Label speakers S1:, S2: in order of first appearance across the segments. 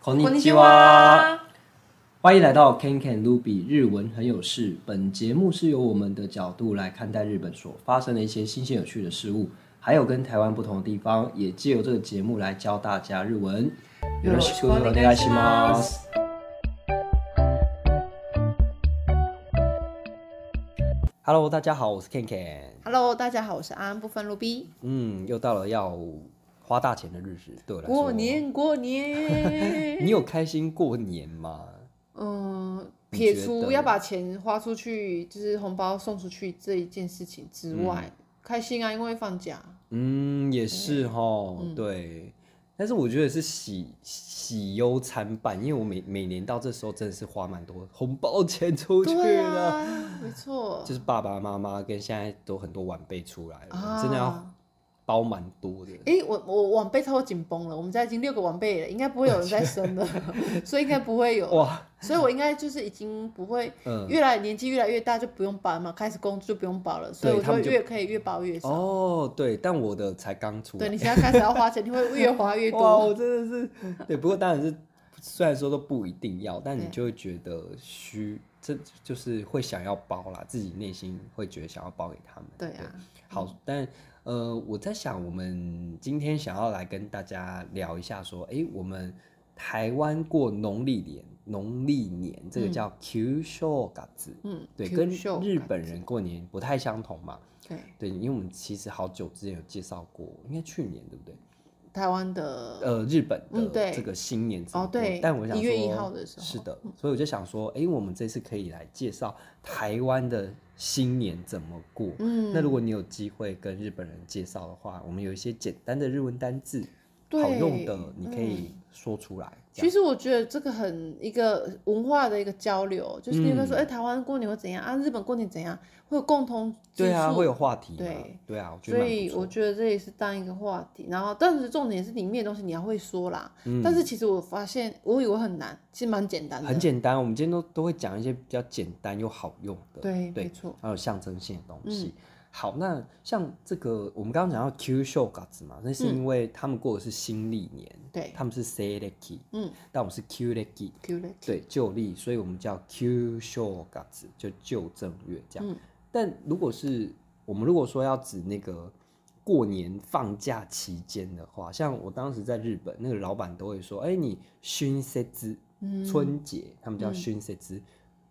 S1: こんにちは。欢迎来到 Ken Ken Ruby 日文很有事。本节目是由我们的角度来看待日本所发生的一些新鲜有趣的事物，还有跟台湾不同的地方，也借由这个节目来教大家日文。
S2: よろしくお願いします。
S1: Hello，大家好，我是 Ken Ken。
S2: Hello，大家好，我是安安不分路 B。
S1: 嗯，又到了要花大钱的日子，对我来说，
S2: 过年过年，
S1: 你有开心过年吗？
S2: 嗯，
S1: 你
S2: 撇
S1: 觉
S2: 除
S1: 得
S2: 要把钱花出去，就是红包送出去这一件事情之外，开心啊，因为放假。
S1: 嗯，也是哈，
S2: 嗯
S1: 对。但是我觉得是喜喜忧参半，因为我每每年到这时候真的是花蛮多红包钱出去
S2: 对
S1: 了，
S2: 啊，没错
S1: 就。是爸爸妈妈跟现在都很多晚辈出来了，
S2: 啊
S1: 真的要包蛮多的。
S2: 诶，我我晚辈超紧绷了，我们家已经六个晚辈了，应该不会有人再生 了，所以应该不会有。
S1: 哇，
S2: 所以我应该就是已经不会，
S1: 嗯，
S2: 越来年纪越来越大就不用保嘛，开始工作就不用保了，所以
S1: 对
S2: 我
S1: 他们
S2: 就
S1: 就
S2: 越可以越保越少。
S1: 哦，对，但我的才刚出
S2: 对
S1: 来，
S2: 你现在开始要花钱，你会越花越
S1: 哇，哦
S2: 多。
S1: 我真的是，对，不过当然是，虽然说都不一定要，但你
S2: 对
S1: 就会觉得虚，这就是会想要包啦，自己内心会觉得想要包给他们。
S2: 对啊，
S1: 好，但呃，我在想，我们今天想要来跟大家聊一下，说，诶，我们台湾过农历年，农历年这个叫 Q s h o g a
S2: 嗯，
S1: 对，
S2: Q
S1: 跟
S2: 秀
S1: 日
S2: 感
S1: 本人过年不太相同嘛。
S2: 对
S1: 对，因为我们其实好久之前有介绍过，应该去年对不对？
S2: 台湾的
S1: 呃，日本
S2: 嗯
S1: 的
S2: 对
S1: 这个新年直播
S2: 哦对
S1: 但我想
S2: 1月1
S1: 说
S2: 号的时候
S1: 是的，所以我就想说，诶，我们这次可以来介绍台湾的新年怎么过。
S2: 嗯，
S1: 那如果你有机会跟日本人介绍的话，我们有一些简单的日文单字，
S2: 对
S1: 好用的，你可
S2: 嗯
S1: 以说出来。这样
S2: 其实我觉得这个很一个文化的一个交流，就是你会说，
S1: 嗯
S2: 哎、台湾过年会怎样啊？日本过年怎样？会有共同之
S1: 对啊，
S2: 处
S1: 会有话题嘛。
S2: 对
S1: 对啊，我觉得
S2: 所
S1: 蛮
S2: 以
S1: 不
S2: 我
S1: 错。
S2: 觉得这也是当一个话题，然后但是重点是里面的东西你要会说啦。但是其实我发现我以为很难，其实蛮简单的。
S1: 嗯很简单，我们今天都都会讲一些比较简单又好用的，
S2: 对
S1: 对
S2: 没错，
S1: 还有象征性的东西。好，那像这个我们刚刚讲到 Q 秀嘎子嘛，那是因为他们过的是新历年，
S2: 对
S1: 他们是 C l e k i
S2: 嗯，
S1: 但我们是 Q l e k i
S2: ，Q 嘞，
S1: 对旧历，所以我们叫 Q 秀嘎子，就旧正月这样。但如果是我们如果说要指那个过年放假期间的话，像我当时在日本，那个老板都会说：“哎、你春节之
S2: 嗯
S1: 春节，他们叫春节之。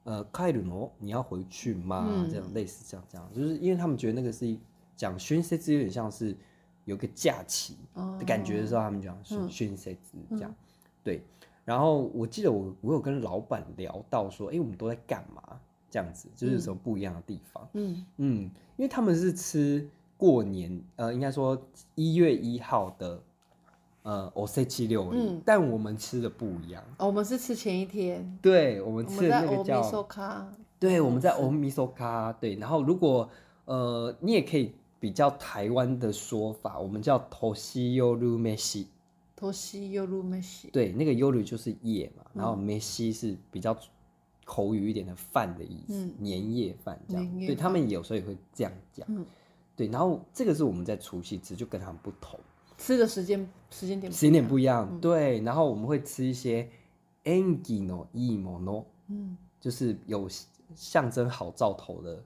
S1: 呃，开鲁诺，你要回去吗？
S2: 嗯
S1: 这样类似这样这样，就是因为他们觉得那个是一讲春节之有点像是有个假期
S2: 哦
S1: 的感觉的时候，他们讲
S2: 嗯
S1: 春春节之这样。对，然后我记得我我有跟老板聊到说，哎、我们都在干嘛？这样子就是有什么不一样的地方？
S2: 嗯，
S1: 嗯，因为他们是吃过年，呃，应该说一月一号的，呃，O C 七六零
S2: 嗯，
S1: 但我们吃的不一样。
S2: 哦，我们是吃前一天，
S1: 对，我
S2: 我
S1: 们吃
S2: 们
S1: 的
S2: 在
S1: 那
S2: 欧
S1: 个
S2: 米
S1: 叫，
S2: 索卡，
S1: 对，我们在欧米索卡。对，然后如果呃，你也可以比较台湾的说法，我们叫头西优鲁梅西。
S2: 托西尤鲁梅西，
S1: 对，那个忧虑就是夜嘛，然
S2: 嗯
S1: 后梅西是比较口语一点的饭的意思，
S2: 嗯
S1: 年夜饭这样。
S2: 年夜
S1: 对他们有时候也会这样讲。
S2: 嗯
S1: 对，然后这个是我们在除夕吃，就跟他们不同，
S2: 吃的时间时间点
S1: 时间点
S2: 一嗯
S1: 不一样。对，然后我们会吃一些 engino i m o n
S2: 样，嗯，
S1: 就是有象征好兆头的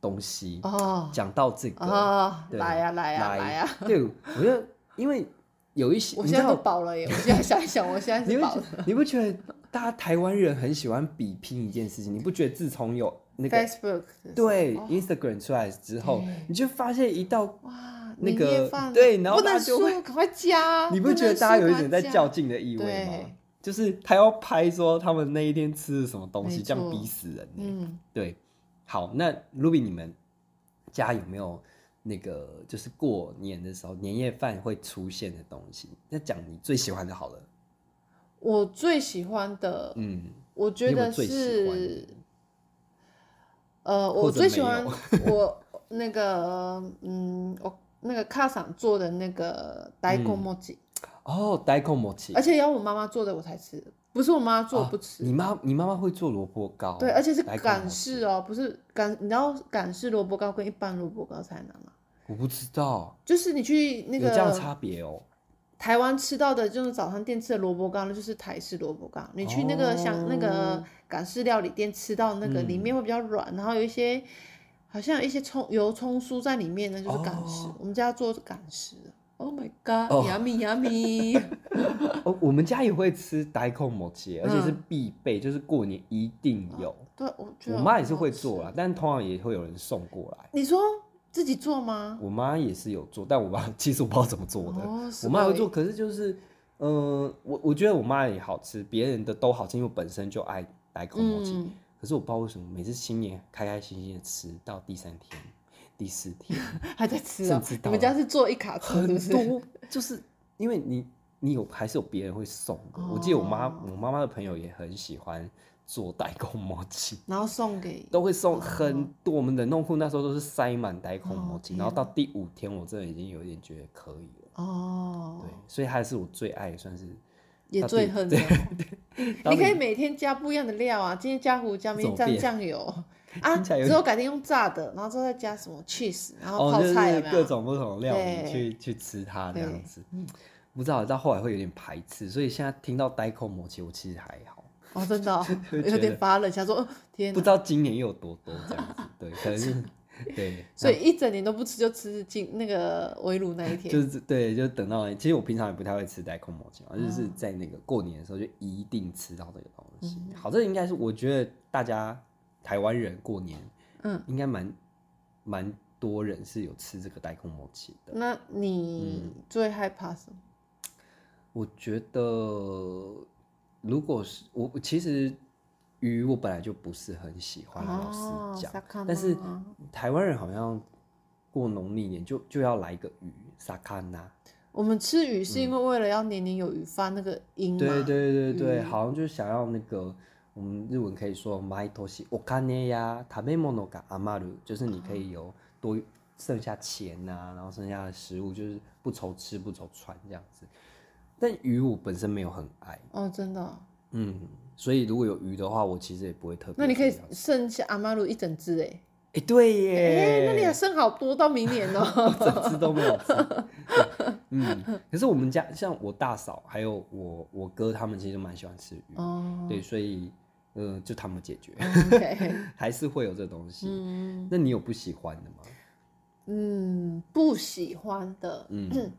S1: 东西。
S2: 哦，
S1: 讲到这个，
S2: 啊，
S1: 对
S2: 来呀、来呀、来呀、
S1: 对我觉得，因为有一些
S2: 我
S1: 你
S2: 现
S1: 知
S2: 在都
S1: 道。
S2: 饱了耶！我现在想一想，我现在
S1: 你
S2: 是
S1: 会
S2: 饱
S1: 觉
S2: 了。
S1: 你不觉得大家台湾人很喜欢比拼一件事情？你不觉得自从有那个
S2: Facebook 的
S1: 对、
S2: 哦
S1: Instagram 出来之后
S2: 对，
S1: 你就发现一到
S2: 哇，
S1: 那
S2: 年
S1: 个
S2: 夜饭啊
S1: 对然后
S2: 不
S1: 大
S2: 能
S1: 家就
S2: 说赶快加，
S1: 你
S2: 不
S1: 不觉得
S2: 能
S1: 大家
S2: 说
S1: 有一
S2: 赶
S1: 点
S2: 快
S1: 在
S2: 加
S1: 较劲的意味吗
S2: 对？
S1: 就是他要拍说他们那一天吃了什么东西，
S2: 没
S1: 这样
S2: 错
S1: 逼死人欸呢、
S2: 嗯，
S1: 对，好，那 Ruby 你们家有没有那个就是过年的时候年夜饭会出现的东西？那讲你最喜欢的好了，
S2: 我最喜欢的，
S1: 嗯，
S2: 我觉
S1: 你有没
S2: 得
S1: 有最喜欢的
S2: 是，呃，
S1: 或
S2: 我
S1: 者
S2: 最喜
S1: 没
S2: 欢
S1: 有
S2: 我那个，嗯，我那个卡桑做的那
S1: 嗯
S2: 个呆锅莫吉，
S1: 哦，呆扣莫奇
S2: 而。且要我妈妈做的我才吃，不是我妈妈做我不吃。
S1: 哦啊你妈你妈妈会做萝卜糕，
S2: 对，而且是
S1: 来干嘛
S2: 港式哦，不是港，你知道港式萝卜糕跟一般萝卜糕差在哪吗？
S1: 我不知道
S2: 就是你去那
S1: 有
S2: 个
S1: 这样差别哦。
S2: 台湾吃到的就是早餐店吃的萝卜糕，那就是台式萝卜糕。你去那个像、那个
S1: 哦
S2: 港式料理店吃到那个，里
S1: 嗯
S2: 面会比较软，然后有一些好像有一些葱油葱酥在里面，那就是港式。
S1: 哦
S2: 我们家做港式的。Oh my god，yummy yummy，
S1: 哦，我们家也会吃呆控某些，而且是
S2: 嗯
S1: 必备，就是过年一定有。
S2: 对，我觉得
S1: 我妈也是
S2: 哦很好
S1: 会
S2: 吃哦
S1: 做。啊啦，但通常也会有人送过来。
S2: 你说自己做吗？
S1: 我妈也是有做，但我妈其实我不知道怎么做的。
S2: 哦是
S1: 我妈
S2: 吗
S1: 会做，可是就是，嗯、我我觉得我妈也好吃，别人的都好吃，因为我本身就爱来口莫鸡。
S2: 嗯，
S1: 可是我不知道为什么，每次新年开开心心的吃到第三天、第四 天，
S2: 还在吃啊
S1: 甚至？到
S2: 你们家是做一卡车是
S1: 很
S2: 不是？
S1: 多就是因为你你有还是有别人会送的。我记得我妈
S2: 哦
S1: 我妈妈的朋友也很喜欢做代购摩鸡。
S2: 然后送给
S1: 都会送很多，我们冷冻库那时候都是塞满呆空
S2: 哦
S1: 摩鸡，
S2: 天
S1: 然后到第五天我真的已经有点觉得可以了，
S2: 哦，
S1: 对，所以它是我最爱，算是
S2: 也
S1: 到
S2: 最
S1: 第
S2: 恨的。
S1: 到
S2: 你可
S1: 底
S2: 以每天加不一样的料啊，今天加胡椒，明天
S1: 怎么
S2: 加
S1: 变
S2: 酱油啊，
S1: 听起来有
S2: 之后改天用炸的，然后之后再加什么 cheese，然后
S1: 哦，
S2: 泡
S1: 就
S2: 菜有
S1: 是
S2: 没有？
S1: 各种不同的料理
S2: 对
S1: 去去吃它这样
S2: 对嗯
S1: 子，不知道到后来会有点排斥，所以现在听到呆空摩鸡，我其实还好，
S2: 哦，真的哦、
S1: 就觉
S2: 有
S1: 得
S2: 点发冷，想说，呃天
S1: 不知
S2: 哪！
S1: 道今年又有多多这样子，对，可能 是对，
S2: 所以一整年都不吃，就吃进那个围炉那一天。
S1: 就是对，就等到其实我平常也不太会吃带空魔镜嘛，就是
S2: 嗯
S1: 在那个过年的时候就一定吃到这个东西。好，这应该是我觉得大家台湾人过年，
S2: 嗯，
S1: 应该蛮蛮多人是有吃这个带空魔镜的。
S2: 那你
S1: 嗯
S2: 最害怕什么？
S1: 我觉得如果是我，我其实鱼我本来就不是很喜欢，老
S2: 哦
S1: 实讲，
S2: sakana
S1: 但是
S2: 啊嗯
S1: 台湾人好像过农历年就就要来一个鱼萨卡纳。
S2: 我们吃鱼是因为为了要年年有余发那个音
S1: 嗯
S2: 嘛？
S1: 对对对对，
S2: 嗯
S1: 好像就是想要那个，我们日文可以说 my toshi o k a n 呀，tabemono ga amaru，就是你可以有多剩下钱呐、然后剩下的食物就是不愁吃不愁穿这样子。但鱼我本身没有很爱，
S2: 哦，真的哦、
S1: 嗯，所以如果有鱼的话，我其实也不会特别。
S2: 那你可以，剩下阿妈鲁一整只哎、
S1: 哎、对
S2: 哎、
S1: 耶，
S2: 那你 还剩好多到明年哦。
S1: 整只都没有吃。嗯，可是我们家像我大嫂还有我我哥他们其实蛮喜欢吃鱼，
S2: 哦
S1: 对，所以嗯、呃就他们解决。
S2: ，OK，
S1: 还是会有这东西。
S2: 嗯。
S1: 那你有不喜欢的吗？
S2: 嗯，不喜欢的，
S1: 嗯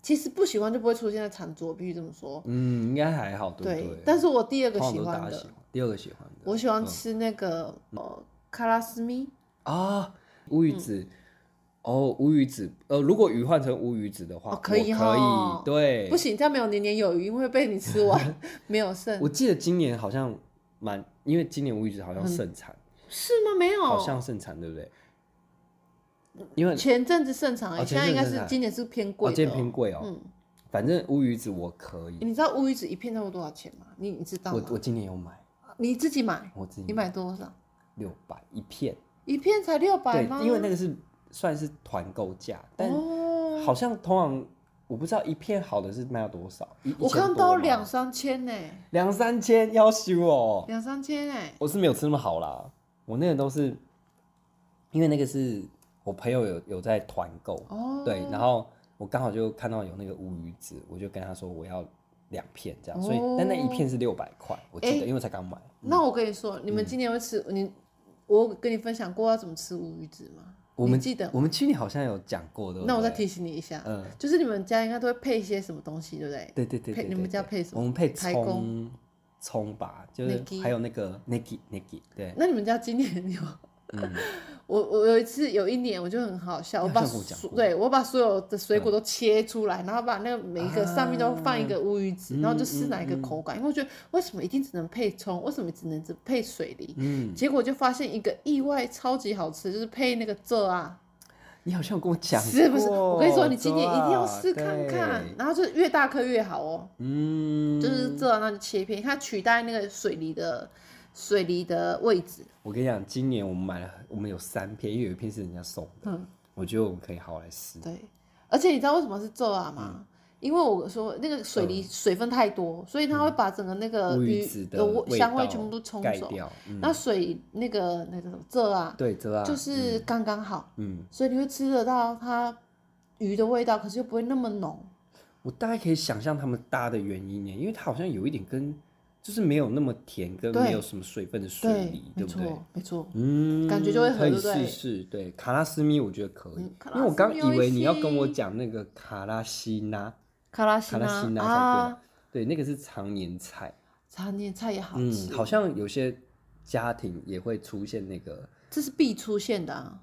S2: 其实不喜欢就不会出现在餐桌，必须这么说。
S1: 嗯，应该还好，对不对？
S2: 但是我第二个
S1: 通常
S2: 喜
S1: 都大
S2: 欢
S1: 家
S2: 的，
S1: 喜欢，第二个喜欢的，嗯
S2: 我喜欢吃那个、呃卡拉斯米，
S1: 啊，乌鱼子。
S2: 嗯
S1: 哦，乌鱼子，呃，如果鱼换成乌鱼子的话，
S2: 哦可以
S1: 我
S2: 哦
S1: 可以，对，
S2: 不行，这样没有年年有余，因为被你吃 完没有剩
S1: 我，记得今年好像蛮，因为今年乌鱼子好
S2: 嗯
S1: 像盛产，
S2: 是吗？没有，
S1: 好像盛产，对不对？因为
S2: 前阵子盛产、欸，
S1: 哦
S2: 现在应该
S1: 前阵子盛
S2: 是
S1: 产
S2: 今年是偏
S1: 哦，
S2: 贵
S1: 今
S2: 的、
S1: 年偏贵哦。
S2: 嗯
S1: 反正乌鱼子我可以，
S2: 你知道乌鱼子一片差不多多少钱吗？你你知道
S1: 我
S2: 吗？
S1: 我今年有买，
S2: 你自己买，
S1: 我自己
S2: 你买多少？
S1: 六百一片，
S2: 一片才六百
S1: 对
S2: 吗？，
S1: 因为那个是算是团购价，但
S2: 哦，
S1: 好像通常我不知道一片好的是卖到多少，一
S2: 我
S1: 一千
S2: 看
S1: 多
S2: 到
S1: 吗
S2: 两三千呢、
S1: 两三千要修哦，
S2: 两三千哎、
S1: 我是没有吃那么好啦，我那个都是因为那个是我朋友有有在团购，
S2: 哦，
S1: 对，然后我刚好就看到有那个乌鱼子，我就跟他说我要两片这样，所以
S2: 哦
S1: 但那一片是六百块，我记得，
S2: 哎
S1: 因为我才刚买，
S2: 那我跟你说，你们今年会吃、你，我跟你分享过要怎么吃乌鱼子吗？
S1: 我们
S2: 你记得吗？
S1: 我们去年好像有讲过的，对不
S2: 那我再
S1: 嗯对
S2: 提醒你一下，
S1: 嗯
S2: 就是你们家应该都会配一些什么东西，对不对？
S1: 对对对
S2: 配
S1: 对，
S2: 你们
S1: 对
S2: 家
S1: 对
S2: 配什么
S1: 我们配
S2: 排骨
S1: 葱葱吧，就是
S2: Negi
S1: 还有那个 niki niki，对，
S2: 那你们家今年有？ 我我有一次有一年我就很好笑，
S1: 嗯你
S2: 我
S1: 好像
S2: 把
S1: 跟我讲
S2: 所
S1: 过嗯
S2: 对我把所有的水果都切出来，然后把那个每一个
S1: 啊
S2: 上面都放一个乌鱼子，然后
S1: 嗯
S2: 就试哪一个口感，因为我觉得为什么一定只能配葱，为什么只能只配水梨？
S1: 嗯，
S2: 结果就发现一个意外超级好吃，就是配那个蔗啊，
S1: 你好像有跟我讲过，
S2: 是不是？我跟你说，你今年一定要
S1: 走啊
S2: 试看看，
S1: 对
S2: 然后就是越大颗越好哦。
S1: 嗯，
S2: 就是这，啊那就切片，它取代那个水泥的水泥的位置。
S1: 我跟你讲，今年我们买了，我们有三片，因为有一片是人家送的，
S2: 嗯
S1: 我觉得我们可以好好来试。
S2: 对，而且你知道为什么是这啊
S1: 嗯
S2: 吗？因为我说那个水泥水分太多，所以它会把整个那个
S1: 嗯乌
S2: 鱼
S1: 鱼子
S2: 的
S1: 的
S2: 呃味
S1: 味
S2: 香
S1: 道
S2: 全部都冲
S1: 盖
S2: 走。
S1: 掉，嗯，
S2: 那水那个那个什么这啊，
S1: 对，这啊，
S2: 就是刚刚好，
S1: 嗯，
S2: 所以你会吃得到它鱼的味道，可是又不会那么浓。
S1: 我大概可以想象他们搭的原因耶，因为它好像有一点跟，就是没有那么甜，跟
S2: 对
S1: 没有什么水分的水
S2: 对
S1: 梨，，
S2: 没
S1: 对不对？
S2: 错，没错。
S1: 嗯，
S2: 感觉就会合
S1: 可以
S2: 对不对
S1: 试试。对，卡拉斯米我觉得可以，
S2: 嗯卡拉
S1: 因为我刚
S2: 斯米
S1: 以为你要跟我
S2: 美味
S1: 讲那个卡拉西纳，
S2: 卡拉
S1: 卡
S2: 西
S1: 拉西纳
S2: 纳
S1: 才对
S2: 啊
S1: 吧，，对，那个是常年菜。
S2: 茶年菜也好
S1: 嗯，
S2: 吃，
S1: 好像有些家庭也会出现那个，
S2: 这是必出现的啊。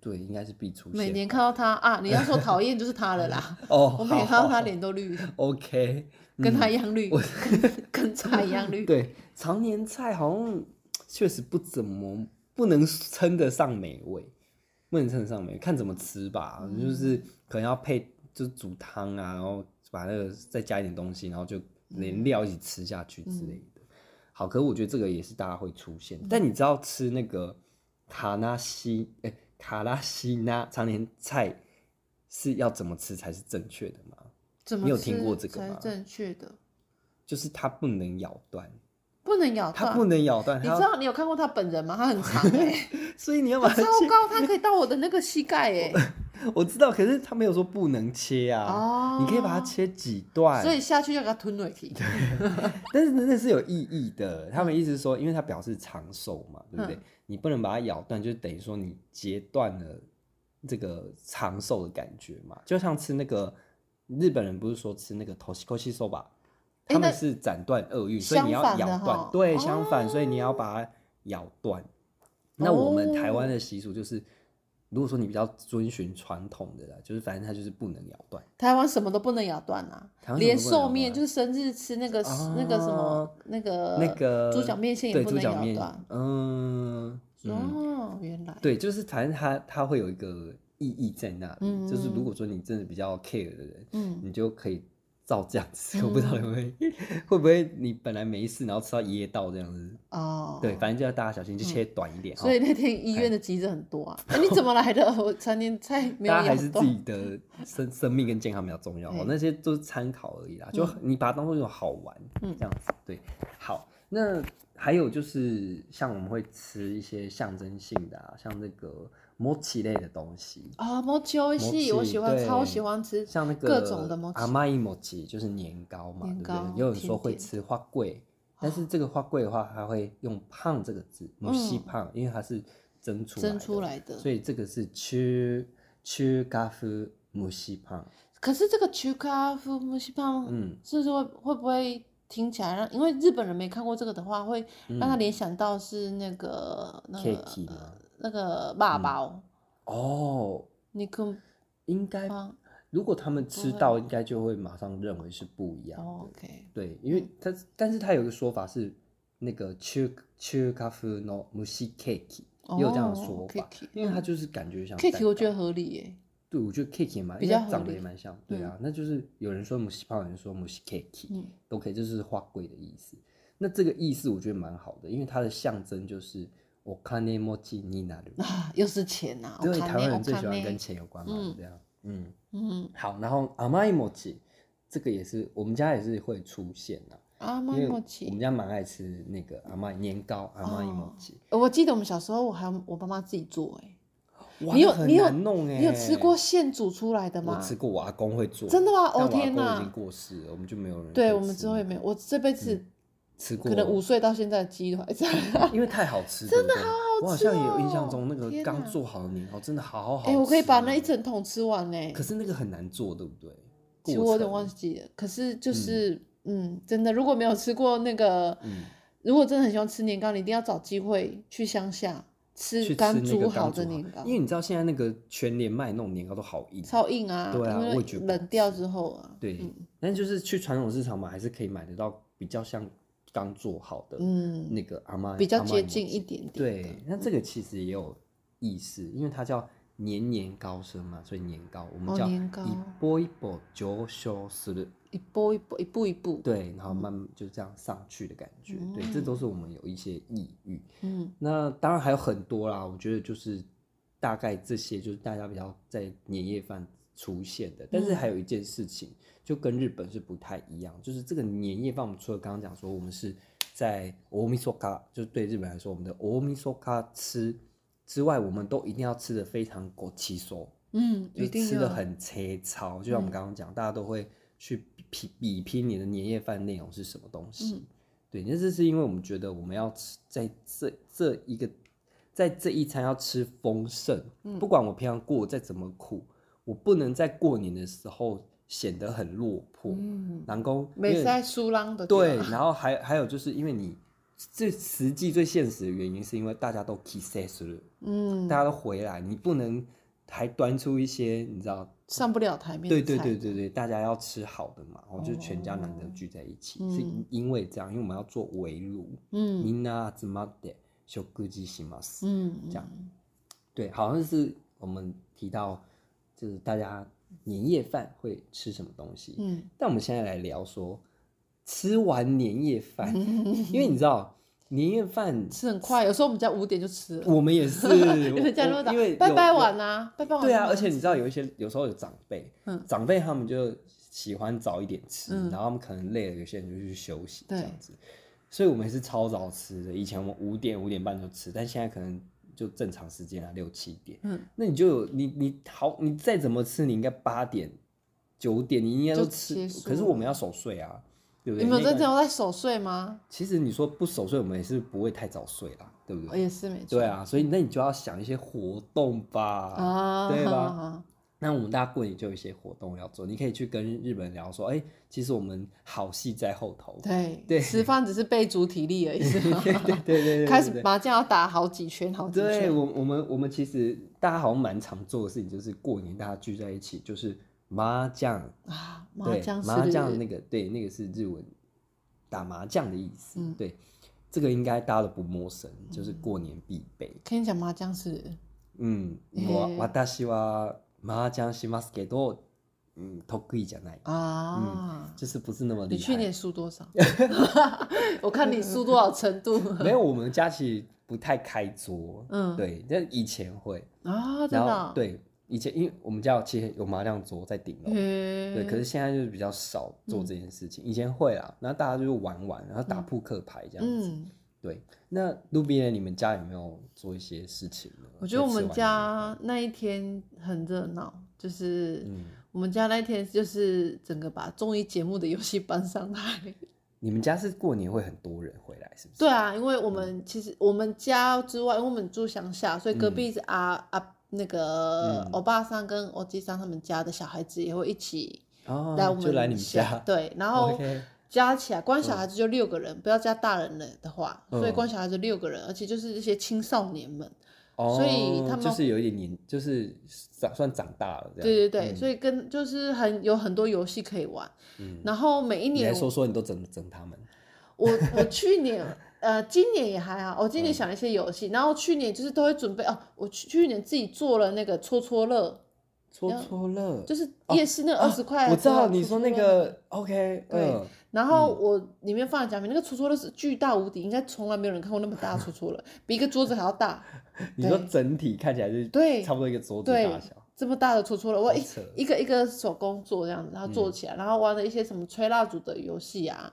S1: 对，应该是必出现。
S2: 每年看到他啊，你要说讨厌就是他了啦。
S1: 哦，
S2: 我每年
S1: 好
S2: 看到
S1: 好
S2: 他脸都绿，
S1: OK，
S2: 跟他一样绿，跟 跟他一样绿。
S1: 嗯对，常年菜好像确实不怎么不能称得上美味，不能称得上美味，看怎么吃吧，
S2: 嗯
S1: 就是可能要配就是煮汤啊，然后把那个再加一点东西，然后就连料一起吃下去之类
S2: 嗯
S1: 的。好，可是我觉得这个也是大家会出现，但你知道吃那个卡纳西诶、卡拉西纳常年菜是要怎么吃才是正确的吗？
S2: 怎么
S1: 你有
S2: 吃
S1: 听过这个
S2: 才是
S1: 吗
S2: 正确的，
S1: 就是它不能咬断，
S2: 不能咬
S1: 它
S2: 断。
S1: 不能咬断，
S2: 啊你
S1: 它要
S2: 知道你有看过他本人吗？他很长 哎，
S1: 所以你要把它
S2: 超
S1: 切。
S2: 高，他可以到我的那个膝盖哎。
S1: 我知道，可是他没有说不能切 啊，
S2: 哦，
S1: 你可以把它切几段。
S2: 所以下去要给它吞回去。
S1: 但是那是有意义的。他们意思是说，因为它表示长寿嘛，对不对？
S2: 嗯
S1: 你不能把它咬断，就等于说你截断了这个长寿的感觉嘛。就像吃那个日本人不是说吃那个头西口西寿吧，
S2: 诶
S1: 他们
S2: 那
S1: 是斩断鳄鱼，所以你要
S2: 相反的
S1: 咬断
S2: 哈。
S1: 对，
S2: 哦
S1: 相反，所以你要把它咬断。那我们台湾的习俗就是，如果说你比较遵循传统的啦，就是反正它就是不能咬断。
S2: 台湾什么都不能咬断啊
S1: 台湾什么都不能咬断，
S2: 连寿面就是生日吃那个
S1: 哦
S2: 那个什么那个
S1: 那个
S2: 猪脚面线也
S1: 对
S2: 不
S1: 猪
S2: 能
S1: 脚
S2: 咬
S1: 面
S2: 断。，
S1: 嗯嗯，
S2: 哦，原来
S1: 对，就是反正它它会有一个意义在那里，
S2: 嗯
S1: 就是如果说你真的比较 care 的人，
S2: 嗯，
S1: 你就可以照这样吃。我不知道你会会不会你本来没事，然后吃到噎到这样子，
S2: 哦，嗯
S1: 对，反正就要大家小心，就切短一点哈
S2: 所。以那天医院的急诊很多啊。哎，你怎么来的？我常年菜没有
S1: 大家还
S2: 咬
S1: 是自
S2: 断。
S1: 己的生生命跟健康比较重要哦
S2: 对，
S1: 那些都是参考而已啦，就你把它当做一种好玩，
S2: 嗯
S1: 这样子对。好，那还有就是像我们会吃一些象征性的啊，像那个 mochi 类的东西，
S2: 啊，毛球系
S1: 摩
S2: 我
S1: 奇
S2: 喜欢，
S1: 对
S2: 超喜欢吃。
S1: 像那个
S2: 各种的 mochi
S1: 阿玛伊 mochi 就是年糕嘛，
S2: 年糕
S1: 对不对？有人说
S2: 甜哦
S1: 会
S2: 点
S1: 吃花桂，但是这个花桂的话，它会用胖这个字，母西胖，因为它是蒸出来
S2: 嗯蒸出来的
S1: 所以这个是吃吃咖啡母西胖。
S2: 可是这个 chuka f u m u s h i p a n
S1: 嗯，
S2: 是不是会会不会听起来让，因为日本人没看过这个的话，会嗯让他联想到是那个、那
S1: Cakey
S2: 个
S1: 嗯吗
S2: 那个爸爸哦，
S1: 哦，
S2: 你跟
S1: 应该
S2: 吗
S1: 如果他们吃到，应该就会马上认为是不一样的。
S2: 哦？OK，
S1: 对，因为它但是它有一个说法是那个 chu chu k a f u no mushi cake，也有这样的
S2: 哦
S1: 说法，
S2: cake，
S1: 因为它就是感觉像
S2: cake
S1: 蛋
S2: 我觉
S1: 糕
S2: 得合理耶，
S1: 对，我觉得 cake 也蛮
S2: 比
S1: 应该
S2: 较合
S1: 长得
S2: 理
S1: 也蛮像，对啊，那就是有人说母系胖，有人说母系 cake，
S2: 嗯
S1: 都可以，就是花贵的意思。那这个意思我觉得蛮好的，因为它的象征就是我看那莫吉尼那鲁，
S2: 啊，又是钱呐、啊，
S1: 因为
S2: 我
S1: 台
S2: 看呢
S1: 湾人
S2: 我
S1: 最喜
S2: 看
S1: 欢
S2: 呢
S1: 跟钱有关嘛，对不对啊？嗯，
S2: 嗯
S1: 好，然后阿玛伊莫吉这个也是我们家也是会出现的、
S2: 阿妈
S1: 因为
S2: 莫
S1: 我们
S2: 奇，
S1: 家蛮爱吃那个阿玛年糕阿玛伊莫吉，
S2: 呃我记得我们小时候我还有我妈妈自己做哎，
S1: 哇
S2: 你有
S1: 那很
S2: 你有
S1: 难弄哎，
S2: 你有吃过？现煮出来的
S1: 我
S2: 吗？
S1: 吃过，我阿公会做，
S2: 真的吗哦
S1: 但我阿
S2: 天
S1: 公
S2: 哪
S1: 已经过世了，我们就没有人可以
S2: 对，我们
S1: 吃
S2: 之后也没有，我这辈子
S1: 吃过，
S2: 可能五岁到现在的记忆都还在。
S1: 因为太好吃，真的好好我好像也有印象中那个
S2: 哦天哪
S1: 刚做好的年糕真的好好吃。啊
S2: 哎、我可以把那一，整桶吃完呢、
S1: 可是那个很难做，对不对？
S2: 其实
S1: 过
S2: 我有点
S1: 程
S2: 忘记了。可是就是，嗯真的，如果没有吃过那个，
S1: 嗯
S2: 如果真的很喜欢吃年糕，你一定要找机会去乡下吃
S1: 去吃那个
S2: 煮
S1: 煮
S2: 好的年糕
S1: 因，为你知道现在那个全年卖那种年糕都好硬，
S2: 超硬啊，
S1: 对啊
S2: 因
S1: 我
S2: 为
S1: 也觉得不好
S2: 冷掉之后啊，
S1: 对。但就是去传统市场买，还是可以买得到比较像刚做好的
S2: 嗯，
S1: 那个阿妈，
S2: 比较
S1: 阿嬷
S2: 接
S1: 芋
S2: 近
S1: 头
S2: 一点点的嗯
S1: 对，那这个其实也有意思，因为它叫年年高升嘛，所以年糕我们
S2: 哦
S1: 叫
S2: 年糕
S1: 一波一波上昇する。
S2: 一波一波，一步一步，
S1: 对，然后慢
S2: 嗯
S1: 慢就是这样上去的感觉，对，这都是我们有一些抑郁。
S2: 嗯，
S1: 那当然还有很多啦，我觉得就是大概这些就是大家比较在年夜饭出现的，但是还有一件事情就跟日本是不太一样，就是这个年夜饭，我们除了刚刚讲说我们是在欧米索卡，就是对日本来说我们的欧米索卡吃之外，我们都一定要吃的非常果气嗦。
S2: 嗯，
S1: 就
S2: 一定
S1: 吃的
S2: 要嗯
S1: 很切糙，就像我们刚刚讲，大家都会去比比拼你的年夜饭内容是什么东西。
S2: 嗯
S1: 对，那这是因为我们觉得我们要吃在这这一个在这一餐要吃丰盛，
S2: 嗯
S1: 不管我平常过再怎么苦，我不能在过年的时候显得很落魄。
S2: 嗯，
S1: 然后因
S2: 没
S1: 为
S2: 在输浪的
S1: 对，
S2: 吧
S1: 然后还还有就是因为你最实际最现实的原因，是因为大家都 kiss 了，
S2: 嗯，
S1: 大家都回来，你不能还端出一些你知道
S2: 上不了台面的
S1: 对
S2: 菜。
S1: 对对对对，大家要吃好的嘛，我、哦、就全家难得
S2: 哦
S1: 聚在一起，
S2: 嗯
S1: 是因为这样，因为我们要做围炉，
S2: 嗯，
S1: みんな集まって食事します。
S2: 嗯嗯
S1: 这样对，好像是我们提到，就是大家年夜饭会吃什么东西。
S2: 嗯
S1: 但我们现在来聊说，吃完年夜 饭，因为你知道年夜饭，
S2: 吃很快，有时候我们家五点就吃了，
S1: 我们也是，
S2: 因为家
S1: 我
S2: 都打
S1: 因为
S2: 拜
S1: 有
S2: 拜
S1: 有
S2: 晚啊，拜拜晚。
S1: 对啊，而且你知道有一些有时候有长辈，
S2: 嗯
S1: 长辈他们就喜欢早一点吃，
S2: 嗯
S1: 然后他们可能累了，有些人就去休息这
S2: 对
S1: 样子。所以我们是超早吃的，以前我们五点五点半就吃，但现在可能就正常时间啊六七点。
S2: 嗯，
S1: 那你就有你你好，你再怎么吃，你应该八点九点你应该都
S2: 就
S1: 吃
S2: 结，束
S1: 可是我们要守岁啊，对不对？
S2: 你们有
S1: 那
S2: 真
S1: 个
S2: 正有在守岁吗？
S1: 其实你说不守岁，我们也是不会太早睡啦，对不
S2: 哦
S1: 对？
S2: 也是没错。
S1: 对啊，所以那你就要想一些活动吧。
S2: 啊，
S1: 对吧
S2: 哈哈
S1: 那我们大家过年就有一些活动要做，你可以去跟日本人聊说，哎、其实我们好戏在后头。
S2: 对
S1: 对
S2: 吃饭只是备足体力而已，是 吗？
S1: 对对对对，
S2: 开始
S1: 对
S2: 麻将要打好几圈，好几
S1: 对
S2: 圈。
S1: 我我们我们其实大家好像蛮常做的事情，就是过年大家聚在一起，就是麻将。
S2: 啊，麻
S1: 对，
S2: 将是
S1: 麻将那个对，那个是日文打麻将的意思。
S2: 嗯
S1: 对，这个应该大家都不陌生，就是过年必备。
S2: 跟你讲麻将是
S1: 嗯，
S2: へー
S1: 我私は麻将しますけど、嗯，得意じゃない，
S2: 啊。
S1: 就是不是那么厉害。
S2: 你去年输 多少？我看你输多少程度
S1: 没有，我们家其实不太开桌。
S2: 嗯
S1: 对，但以前会，
S2: 啊？
S1: 然
S2: 真的
S1: 后
S2: 啊？
S1: 对，以前因为我们家有其实有麻将桌在顶楼。
S2: 嗯嘿，
S1: 对，可是现在就是比较少做这件事情，以前会啦，然后大家就是玩玩，然后打扑克牌这样子。
S2: 嗯，
S1: 对，那路边你们家有没有做一些事情呢？
S2: 我觉得我
S1: 就吃
S2: 们
S1: 完
S2: 家那一天很热闹，就是
S1: 年夜饭，嗯，
S2: 我们家那一天就是整个把综艺节目的游戏搬上来。
S1: 你们家是过年会很多人回来，是不是？
S2: 对啊，因为我们其实我们家之外，因为我们住乡下，所以隔壁是阿、阿那个
S1: 嗯
S2: 欧巴桑跟欧吉桑他们家的小孩子也会一起
S1: 哦，
S2: 来我们
S1: 就来你们
S2: 乡
S1: 家，
S2: 对，然后
S1: OK，
S2: 加起来光小孩子就六个人，不要加大人了的话，所以
S1: 嗯
S2: 光小孩子六个人，而且就是这些青少年们，
S1: 哦，
S2: 所以他们
S1: 就是有一点年，就是长算长大了这样。
S2: 对对对，
S1: 嗯
S2: 所以跟就是很有很多游戏可以玩。
S1: 嗯
S2: 然后每一
S1: 你
S2: 年
S1: 来
S2: 我
S1: 说说你都整整他们，
S2: 我我去 年呃，今年也还好，我今年
S1: 嗯
S2: 想了一些游戏，然后去年就是都会准备哦，我去去年自己做了那个戳戳乐，
S1: 戳戳乐，
S2: 就是夜市那
S1: 啊
S2: 二十块、
S1: 我知道你说那，个 OK，
S2: 对
S1: 嗯，
S2: 然后我里面放了奖品，那个戳戳乐是巨大无敌，应该从来没有人看过那么大的戳戳乐，比一个桌子还要大，
S1: 你说
S2: 对
S1: 整体看起来是
S2: 对
S1: 差不多一个哦桌子
S2: 对
S1: 大小，
S2: 这么大的戳戳乐，我
S1: 好
S2: 一
S1: 扯
S2: 一个一个手工做这样子，然后做起
S1: 嗯
S2: 来，然后玩了一些什么吹蜡烛的游戏啊。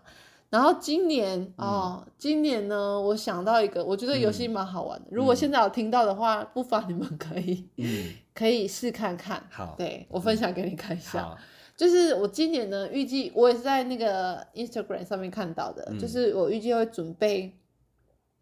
S2: 然后今年
S1: 嗯
S2: 哦，今年呢，我想到一个，我觉得游戏蛮好玩的。如果现在有听到的话，不妨你们可以
S1: 嗯，
S2: 可以试看看。
S1: 好嗯
S2: 对我分享给你看一下。
S1: 好，
S2: 就是我今年呢，预计我也是在那个 Instagram 上面看到的，
S1: 嗯
S2: 就是我预计会准备，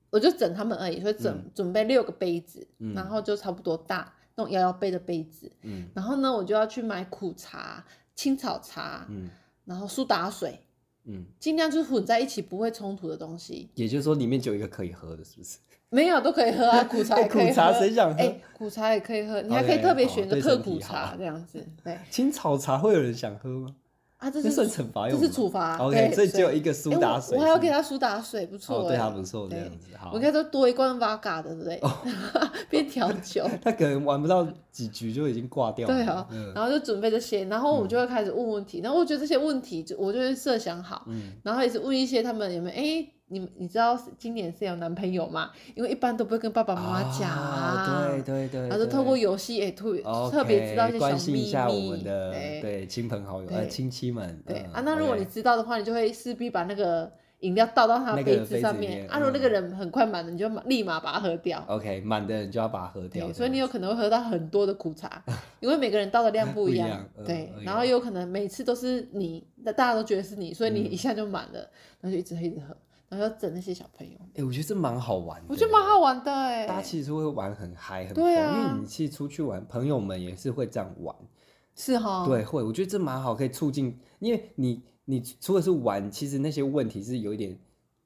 S2: 我就整他们而已，所以准、准备六个杯子，
S1: 嗯
S2: 然后就差不多大那种摇摇杯的杯子，
S1: 嗯
S2: 然后呢，我就要去买苦茶、青草茶，
S1: 嗯
S2: 然后苏打水，
S1: 嗯，
S2: 尽量就是混在一起不会冲突的东西，
S1: 也就是说里面只有一个可以喝的，是不是？
S2: 没有都可以喝啊，苦茶也可以喝，
S1: 苦茶谁想喝
S2: 哎、苦茶也可以喝，你还可
S1: OK，
S2: 以特别
S1: 好
S2: 选个
S1: 对
S2: 特
S1: 身体
S2: 苦
S1: 好
S2: 茶这样子，对
S1: 青草茶会有人想喝吗？
S2: 啊，这
S1: 这
S2: 是
S1: 算惩罚
S2: 这
S1: 用吗？
S2: 是处罚。
S1: OK，
S2: 对
S1: 所以只有一个苏打
S2: 诶
S1: 水，
S2: 我我还要
S1: 是
S2: 给
S1: 吗
S2: 他苏打水，不错、
S1: 哦，
S2: 欸。
S1: 对他不错这
S2: 对
S1: 样子，好哦
S2: 我应，该都多一罐八嘎的，对不对？ 变调酒。
S1: 他可能玩不到几局就已经挂掉了，
S2: 对啊，
S1: 嗯
S2: 然后就准备这些，然后我就会开始问问题，然后我觉得这些问题就我就会设想好，
S1: 嗯
S2: 然后也是问一些他们有没有哎。你你知道今年是有男朋友吗？因为一般都不会跟爸爸妈妈讲
S1: 啊对对对，
S2: 然后就
S1: 对
S2: 透过游戏哎，特别
S1: OK，
S2: 特别知道一些小秘密。
S1: 关心一下我们的
S2: 对
S1: 对亲朋好友、
S2: 对
S1: 呃亲戚们，
S2: 对
S1: 嗯
S2: 啊，那如果
S1: OK
S2: 你知道的话，你就会势必把那个饮料倒到他
S1: 那
S2: 的
S1: 个
S2: 杯子
S1: 杯
S2: 上
S1: 子里
S2: 面，
S1: 面
S2: 啊，如果那
S1: 嗯
S2: 个人很快满了，你就马立马把它喝掉。
S1: OK，满的人就要把它喝掉。
S2: 对，所以你有可能会喝到很多的苦 茶，因为每个人倒的量不
S1: 不一
S2: 一样。
S1: 样嗯
S2: 对，
S1: 哎
S2: 然后
S1: 呀
S2: 有可能每次都是你，那大家都觉得是你，所以
S1: 嗯
S2: 你一下就满了，然后就一直喝一直喝，然后要整那些小朋友，
S1: 哎、我觉得这蛮好玩的，
S2: 我觉得蛮好玩的哎、
S1: 大家其实会玩很嗨很疯，
S2: 对啊
S1: 因为你其实出去玩，朋友们也是会这样玩，
S2: 是哈，，
S1: 对，会，我觉得这蛮好，可以促进，因为你你除了是玩，其实那些问题是有一点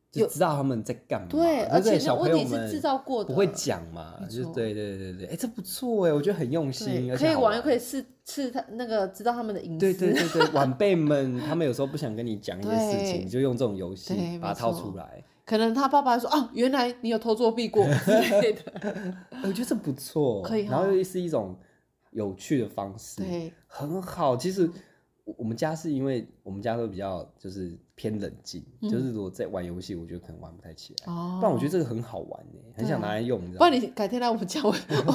S1: 就
S2: 有
S1: 知道他们在干嘛，
S2: 对，而
S1: 不
S2: 且那
S1: 小朋
S2: 问
S1: 友
S2: 题是制
S1: 们
S2: 造过的，
S1: 不会讲嘛，
S2: 没
S1: 就是
S2: 错
S1: 对对对对，哎、这不错哎，我觉得很用心，
S2: 对，
S1: 而
S2: 可
S1: 且
S2: 以
S1: 好
S2: 玩
S1: 玩，
S2: 又可以试试他那个知道他们的隐私，
S1: 对对对对，晚辈们他们有时候不想跟你讲一些事情，
S2: 对
S1: 你就用这种游戏
S2: 对
S1: 把它
S2: 没
S1: 套
S2: 错
S1: 出来，
S2: 可能他爸爸说啊，原来你有偷作弊过 之类的，
S1: 哎我觉得这不错，
S2: 可以
S1: 然后
S2: 哈
S1: 又是一种有趣的方式，
S2: 对，
S1: 很好，其实我我们家是因为我们家都比较就是偏冷静，
S2: 嗯
S1: 就是如果在玩游戏，我觉得可能玩不太起来。
S2: 哦，啊
S1: 不然我觉得这个很好玩呢、很想拿来用，你知
S2: 不
S1: 道吗
S2: 然你改天来我们 家围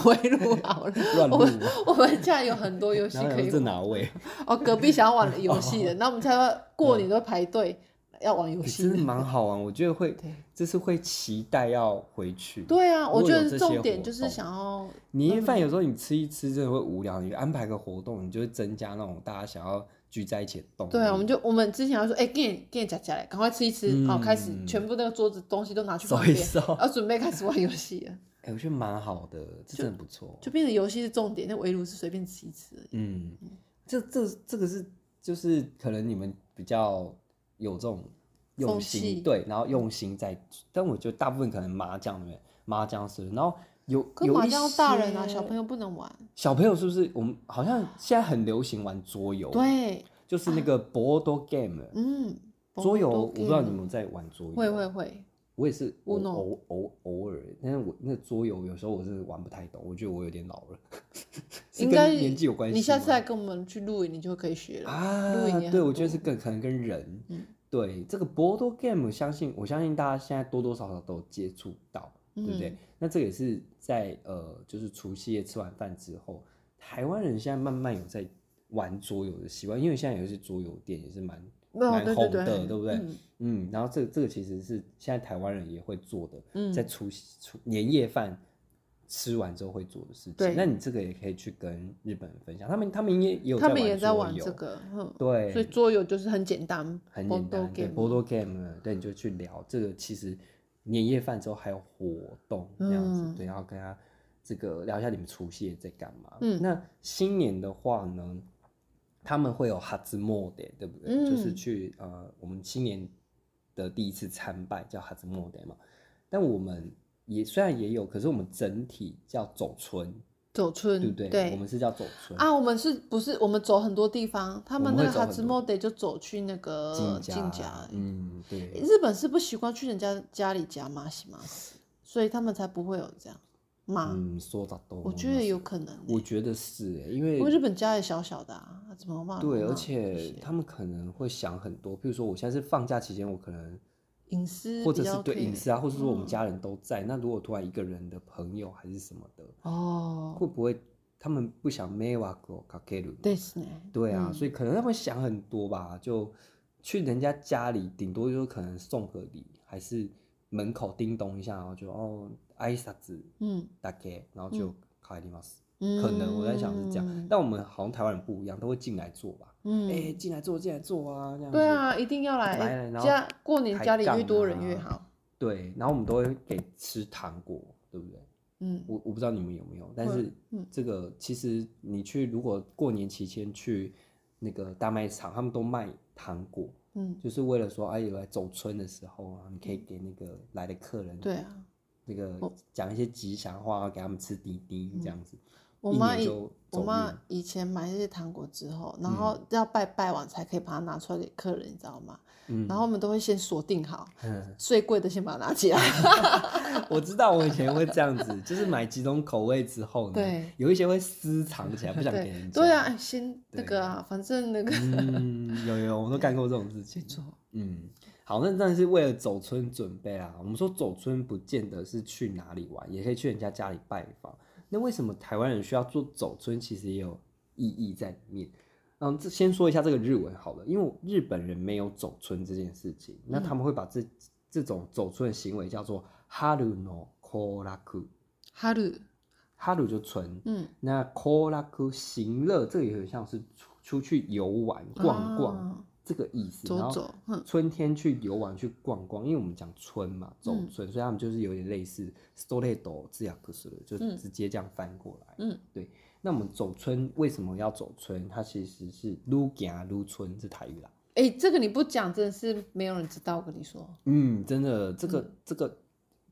S2: 围炉好了。
S1: 乱
S2: 我们
S1: 录。
S2: 我们家有很多游 戏
S1: 然后
S2: 可
S1: 想说
S2: 以
S1: 这
S2: 玩
S1: 哪位？
S2: 哦，隔壁想要玩游戏的，那我们家要过年都排队要玩游
S1: 欸
S2: 戏
S1: 真的
S2: 的。
S1: 蛮好玩，我觉得会
S2: 对，
S1: 这是会期待要回去。
S2: 对啊，我
S1: 如果
S2: 觉
S1: 有
S2: 得
S1: 这些
S2: 重
S1: 活
S2: 点就是
S1: 动
S2: 想要
S1: 年夜饭有时候你吃一吃真的会无聊，你安排个活动，你就会增加那种大家想要聚在一起的动力。
S2: 对啊，我们就我们之前要说，哎，给你给你夹夹来，赶快吃一吃，哦，开始
S1: 嗯
S2: 全部那个桌子东西都拿去
S1: 扫
S2: 旁
S1: 一
S2: 边，呃
S1: 扫。哎、
S2: 要准备开始玩游戏了，
S1: 我觉得蛮好的，这真的不错。
S2: 就变成游戏是重点，那围炉是随便吃一吃而已。
S1: 嗯，这这这个是就是可能你们比较有这种用
S2: 风气
S1: 心，对，然后用心在，但我觉得大部分可能麻将里面麻将是，然后有
S2: 可
S1: 有
S2: 麻
S1: 一
S2: 将要大人啊，
S1: 些
S2: 小朋友不能玩。
S1: 小朋友是不是我们好像现在很流行玩桌游，，
S2: 对，
S1: 就是那个 board game，、
S2: 嗯，
S1: 桌游
S2: 都
S1: 我不知道你
S2: game
S1: 们有在玩桌游，
S2: 会会会，
S1: 我也是偶
S2: Uno
S1: 偶偶偶尔，但是我那个桌游有时候我是玩不太懂，我觉得我有点老了，是
S2: 应
S1: 跟
S2: 该
S1: 年纪有关系吗。
S2: 你下次来跟我们去露营，你就可以学了。
S1: 啊
S2: 露营也，
S1: 对，
S2: 很
S1: 我觉得
S2: 多
S1: 是跟可能跟人，
S2: 嗯
S1: 对这个 board game，我相信我相信大家现在多多少少都有接触到，
S2: 嗯
S1: 对不对？那这个也是在呃，就是除夕夜吃完饭之后，台湾人现在慢慢有在玩桌游的习惯，因为现在有一些桌游店也是蛮
S2: 哦
S1: 蛮
S2: 对
S1: 红
S2: 对
S1: 的对不对
S2: 嗯
S1: 嗯，然后这这个其实是现在台湾人也会做的，
S2: 嗯
S1: 在除夕除年夜饭吃完之后会做的事情
S2: 对。
S1: 那你这个也可以去跟日本人分享，他们他们也也有
S2: 他们也在
S1: 桌
S2: 玩
S1: 游
S2: 这个，嗯，
S1: 对，
S2: 所以桌游就是很简单，
S1: 很简
S2: board
S1: 单，对
S2: game
S1: ，board game，呢对，你就去聊这个。其实年夜饭之后还有活动这样子，
S2: 嗯
S1: 对，然后跟他这个聊一下你们除夕夜在干嘛。
S2: 嗯
S1: 那新年的话呢，他们会有哈兹莫的，对不对？就是
S2: 嗯
S1: 去呃，我们新年的第一次参拜叫哈兹莫的嘛。但我们也虽然也有，可是我们整体叫走村，
S2: 走村，
S1: 对不对？我们是叫走村。
S2: 嗯啊，我们是不是我们走很多地方？他
S1: 我们
S2: 那
S1: 会
S2: 个
S1: 走
S2: 哈
S1: 很
S2: 兹
S1: 多
S2: 莫得就走去那个
S1: 进
S2: 晋
S1: 家
S2: 呃家，，
S1: 嗯，对。
S2: 日本是不习惯去人家家里夹马西马斯，所以他们才不会有这样骂。
S1: 嗯，说到都，
S2: 啊我觉得有可能欸，
S1: 我觉得是欸因为
S2: 因为日本家也小小的啊，怎么骂？
S1: 对，
S2: 骂
S1: 而
S2: 这
S1: 且
S2: 些
S1: 他们可能会想很多，比如说我现在是放假期间，我可能
S2: 隐私
S1: 或
S2: 比
S1: 者是
S2: 较
S1: 对
S2: 可以
S1: 隐私啊，或者说我们
S2: 嗯
S1: 家人都在，那如果突然一个人的朋友还是什么的，
S2: 哦，
S1: 会不会他们不想 m a w a k o k a k e r
S2: 对是呢，
S1: 对啊，
S2: 嗯
S1: 所以可能他们想很多吧，就去人家家里，顶多就是可能送个礼，还是门口叮咚一下，然后就哦挨啥子
S2: 嗯
S1: 大概，然后就卡里马斯。
S2: 嗯，
S1: 可能我在想是这样，但我们好像台湾人不一样，都会进来坐吧。
S2: 嗯，
S1: 哎、进来坐，进来坐啊，这样
S2: 对
S1: 子，
S2: 啊，一定要来
S1: 来了然后
S2: 家过年
S1: 抬
S2: 家里
S1: 杠
S2: 越多人
S1: 啊
S2: 越好，
S1: 对，然后我们都会给吃糖果，对不对？
S2: 嗯，
S1: 我我不知道你们有没有，但
S2: 会
S1: 是
S2: 嗯
S1: 这个其实你去如果过年期间去那个大卖场，他们都卖糖果，
S2: 嗯，
S1: 就是为了说，哎、有来走村的时候啊，你可以给那个来的客人，
S2: 对啊，
S1: 那个
S2: 我
S1: 讲一些吉祥话，给他们吃滴滴这样子，
S2: 嗯我
S1: 一
S2: 妈
S1: 年
S2: 以
S1: 就
S2: 我
S1: 走
S2: 妈
S1: 运嗯
S2: 以前买这些糖果之后，然后要拜拜完才可以把它拿出来给客人，你知道吗？
S1: 嗯
S2: 然后我们都会先锁定好
S1: 嗯
S2: 最贵的，先把它拿起来。
S1: 我知道我以前会这样子， 就是买几种口味之后呢，
S2: 对
S1: 有一些会私藏起来，嗯不想给
S2: 对
S1: 人家。
S2: 对啊，，哎先那
S1: 对
S2: 个啊，反正那个
S1: 嗯，有有，我们都干过这种事情
S2: 没。错，
S1: 嗯，好，那但是为了走村准备啊，我们说走村不见得是去哪里玩，也可以去人家家里拜访。那为什么台湾人需要做走村，其实也有意义在里面。然后这先说一下这个日文好了，因为日本人没有走村这件事情，那他们会把这这种走村的行为叫做 haru no koraku。
S2: 哈鲁，
S1: haru 就村，
S2: 嗯，
S1: 那 koraku 行乐，这个有点像是出出去游玩逛逛、
S2: 啊
S1: 这个意思。然
S2: 走
S1: 后
S2: 走，嗯，
S1: 春天去游玩去逛逛，因为我们讲春嘛，走
S2: 嗯
S1: 春，所以他们就是有点类似 s t o r e d o 字雅克斯就
S2: 嗯
S1: 直接这样翻过来。
S2: 嗯，
S1: 对。那我们走春为什么要走春？它其实是撸行撸春是台语啦。
S2: 哎、这个你不讲真的是没有人知道，我跟你说，
S1: 嗯，真的，这个、这个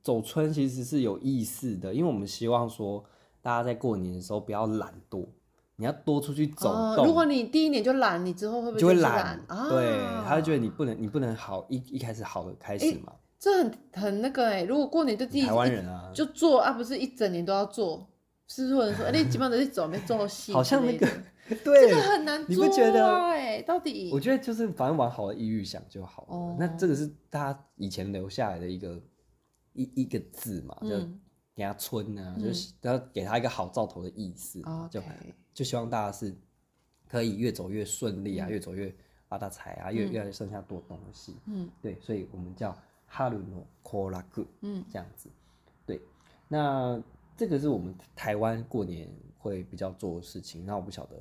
S1: 走春其实是有意思的，因为我们希望说大家在过年的时候不要懒惰，你要多出去走
S2: 哦
S1: 动。
S2: 如果你第一年就懒，你之后会不会
S1: 就会
S2: 继续
S1: 懒，
S2: 啊、
S1: 对，他就觉得你不能，你不能好一一开始好的开始嘛，
S2: 这很很那个哎、如果过年就第一
S1: 台湾人啊
S2: 一，就做啊，不是一整年都要做，是不是有人说，哎、你基本上都是走，没做戏，
S1: 好像那个，
S2: 这
S1: 对
S2: 个，很难
S1: 你
S2: 做
S1: 不觉得
S2: 哎、到底
S1: 我觉得就是反正往好的抑郁想就好了。
S2: 哦
S1: 那这个是大家以前留下来的一个一一个字嘛，就
S2: 嗯
S1: 给他春啊，
S2: 嗯哦
S1: 就是要给他一个好兆头的意思嘛，就
S2: OK
S1: 就希望大家是可以越走越顺利啊，越走越发大财啊，越
S2: 嗯
S1: 越来越剩下多东西。
S2: 嗯
S1: 对，所以我们叫哈鲁诺科拉克
S2: 嗯
S1: 这样子。对，那这个是我们台湾过年会比较做的事情。那我不晓得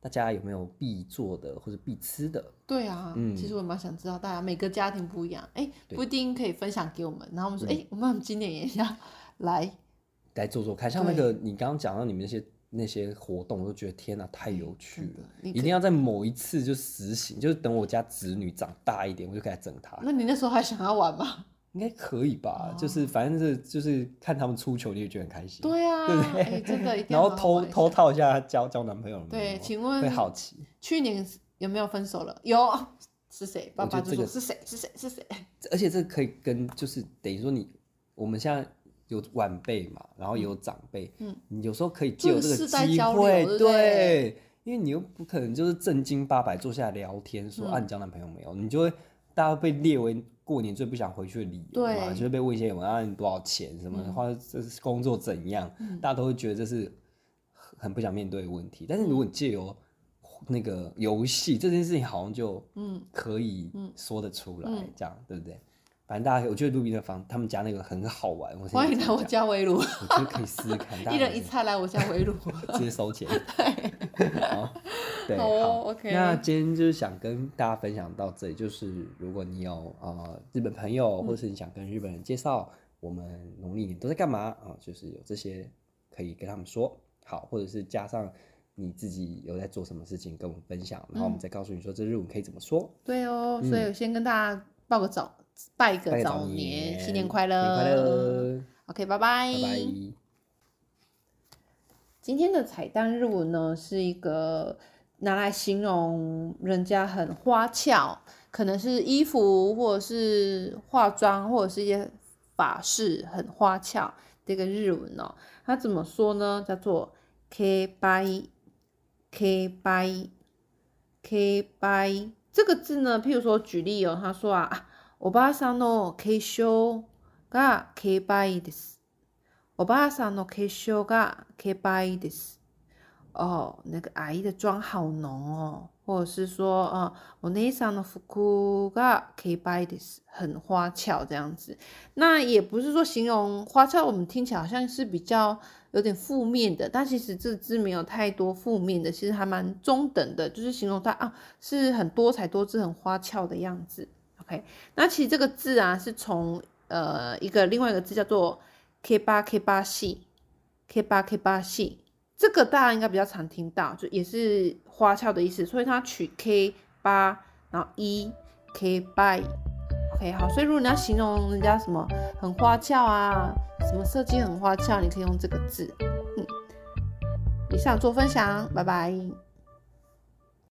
S1: 大家有没有必做的或者必吃的？
S2: 对啊，
S1: 嗯
S2: 其实我蛮想知道大家每个家庭不一样，哎、
S1: 对嗯
S2: 不一定可以分享给我们，然后我们说，哎、我们今年也要来，
S1: 来做做看。像那个你刚刚讲到你们那些那些活动，我都觉得天哪、太有趣
S2: 哎真的
S1: 了，
S2: 你
S1: 一
S2: 可
S1: 定要在某一次就实行，就是等我家子女长大一点，我就开始整他，
S2: 那你那时候还想要玩吗？
S1: 应该可以吧？
S2: 嗯哦
S1: 就是反正是就是看他们出球，你也觉得很开心。。
S2: 对啊，
S1: 对不 对
S2: 哎、真的一定
S1: 然
S2: 要
S1: 后
S2: 好好
S1: 偷
S2: 玩一
S1: 偷
S2: 下。
S1: 套一下她交交男朋友了没
S2: 对
S1: 有
S2: 请问
S1: 会好奇？
S2: 去年有没有分手了？有，是谁？爸
S1: 我觉得
S2: 爸就
S1: 这
S2: 说
S1: 个
S2: 是谁？是谁？是谁？
S1: 而且这可以跟就是等于说你我们现在有晚辈嘛，然后也有长辈，
S2: 嗯，
S1: 你有时候可以借由这
S2: 做
S1: 个
S2: 个世代
S1: 机
S2: 交
S1: 会，
S2: 流对不
S1: 对，因为你又不可能就是正经八百坐下来聊天说、
S2: 嗯
S1: 啊你交男朋友没有，你就会大家被列为过年最不想回去的理由嘛，
S2: 对嗯
S1: 就会被问一些有没有啊你多少钱什么的，或者这是工作怎样，大家都会觉得这是很很不想面对的问题。但是如
S2: 嗯
S1: 果你借由那个游戏这件事情，好像就
S2: 嗯
S1: 可以说得出来，
S2: 嗯
S1: 这样对不对？反正大家可以，我觉得路边的房他们家那个很好玩，我
S2: 欢迎来
S1: 他
S2: 我，家围炉，
S1: 我觉得可以试试 看，大家
S2: 一人
S1: 可以
S2: 一菜来我家围炉。
S1: 直接收 钱。好，对，
S2: 好哦，OK
S1: 那今天就是想跟大家分享到这里，就是如果你有呃日本朋友，
S2: 嗯
S1: 或是你想跟日本人介绍我们农历年都在干嘛啊、就是有这些可以跟他们说好，或者是加上你自己有在做什么事情跟我们分享，然后我
S2: 嗯
S1: 们再告诉你说这日文可以怎么说。
S2: 对哦，所以我先跟大家报个早，拜
S1: 嗯拜
S2: 个
S1: 个
S2: 早
S1: 早年，
S2: 新年快乐，
S1: 新年快乐，
S2: OK，拜拜，
S1: 拜拜。
S2: 今天的彩蛋日文呢，是一个拿来形容人家很花俏，可能是衣服或者是化妆或者是一些法式很花俏的一个日文哦。它怎么说呢？叫做 K 拜 K 拜 K 拜这个字呢，譬如说举例哦，他说啊啊，おばあさんの化粧が K 拜です。おばあさんの化粧がけばいいです。哦，那个阿姨的妆好浓哦，或者是说，啊、我那一场的服裤がけばいいです，很花俏这样子。那也不是说形容花俏，我们听起来好像是比较有点负面的，但其实这支没有太多负面的，其实还蛮中等的，就是形容它啊是很多彩多姿、很花俏的样子。OK，那其实这个字啊是从呃一个另外一个字叫做 K 八 K 八系，K 八 K 八系，这个大家应该比较常听到，就也是花俏的意思，所以它取 K 八，然后一 K 八，OK 好，所以如果你要形容人家什么很花俏啊，什么设计很花俏，你可以用这个字，嗯。以上做分享，拜拜。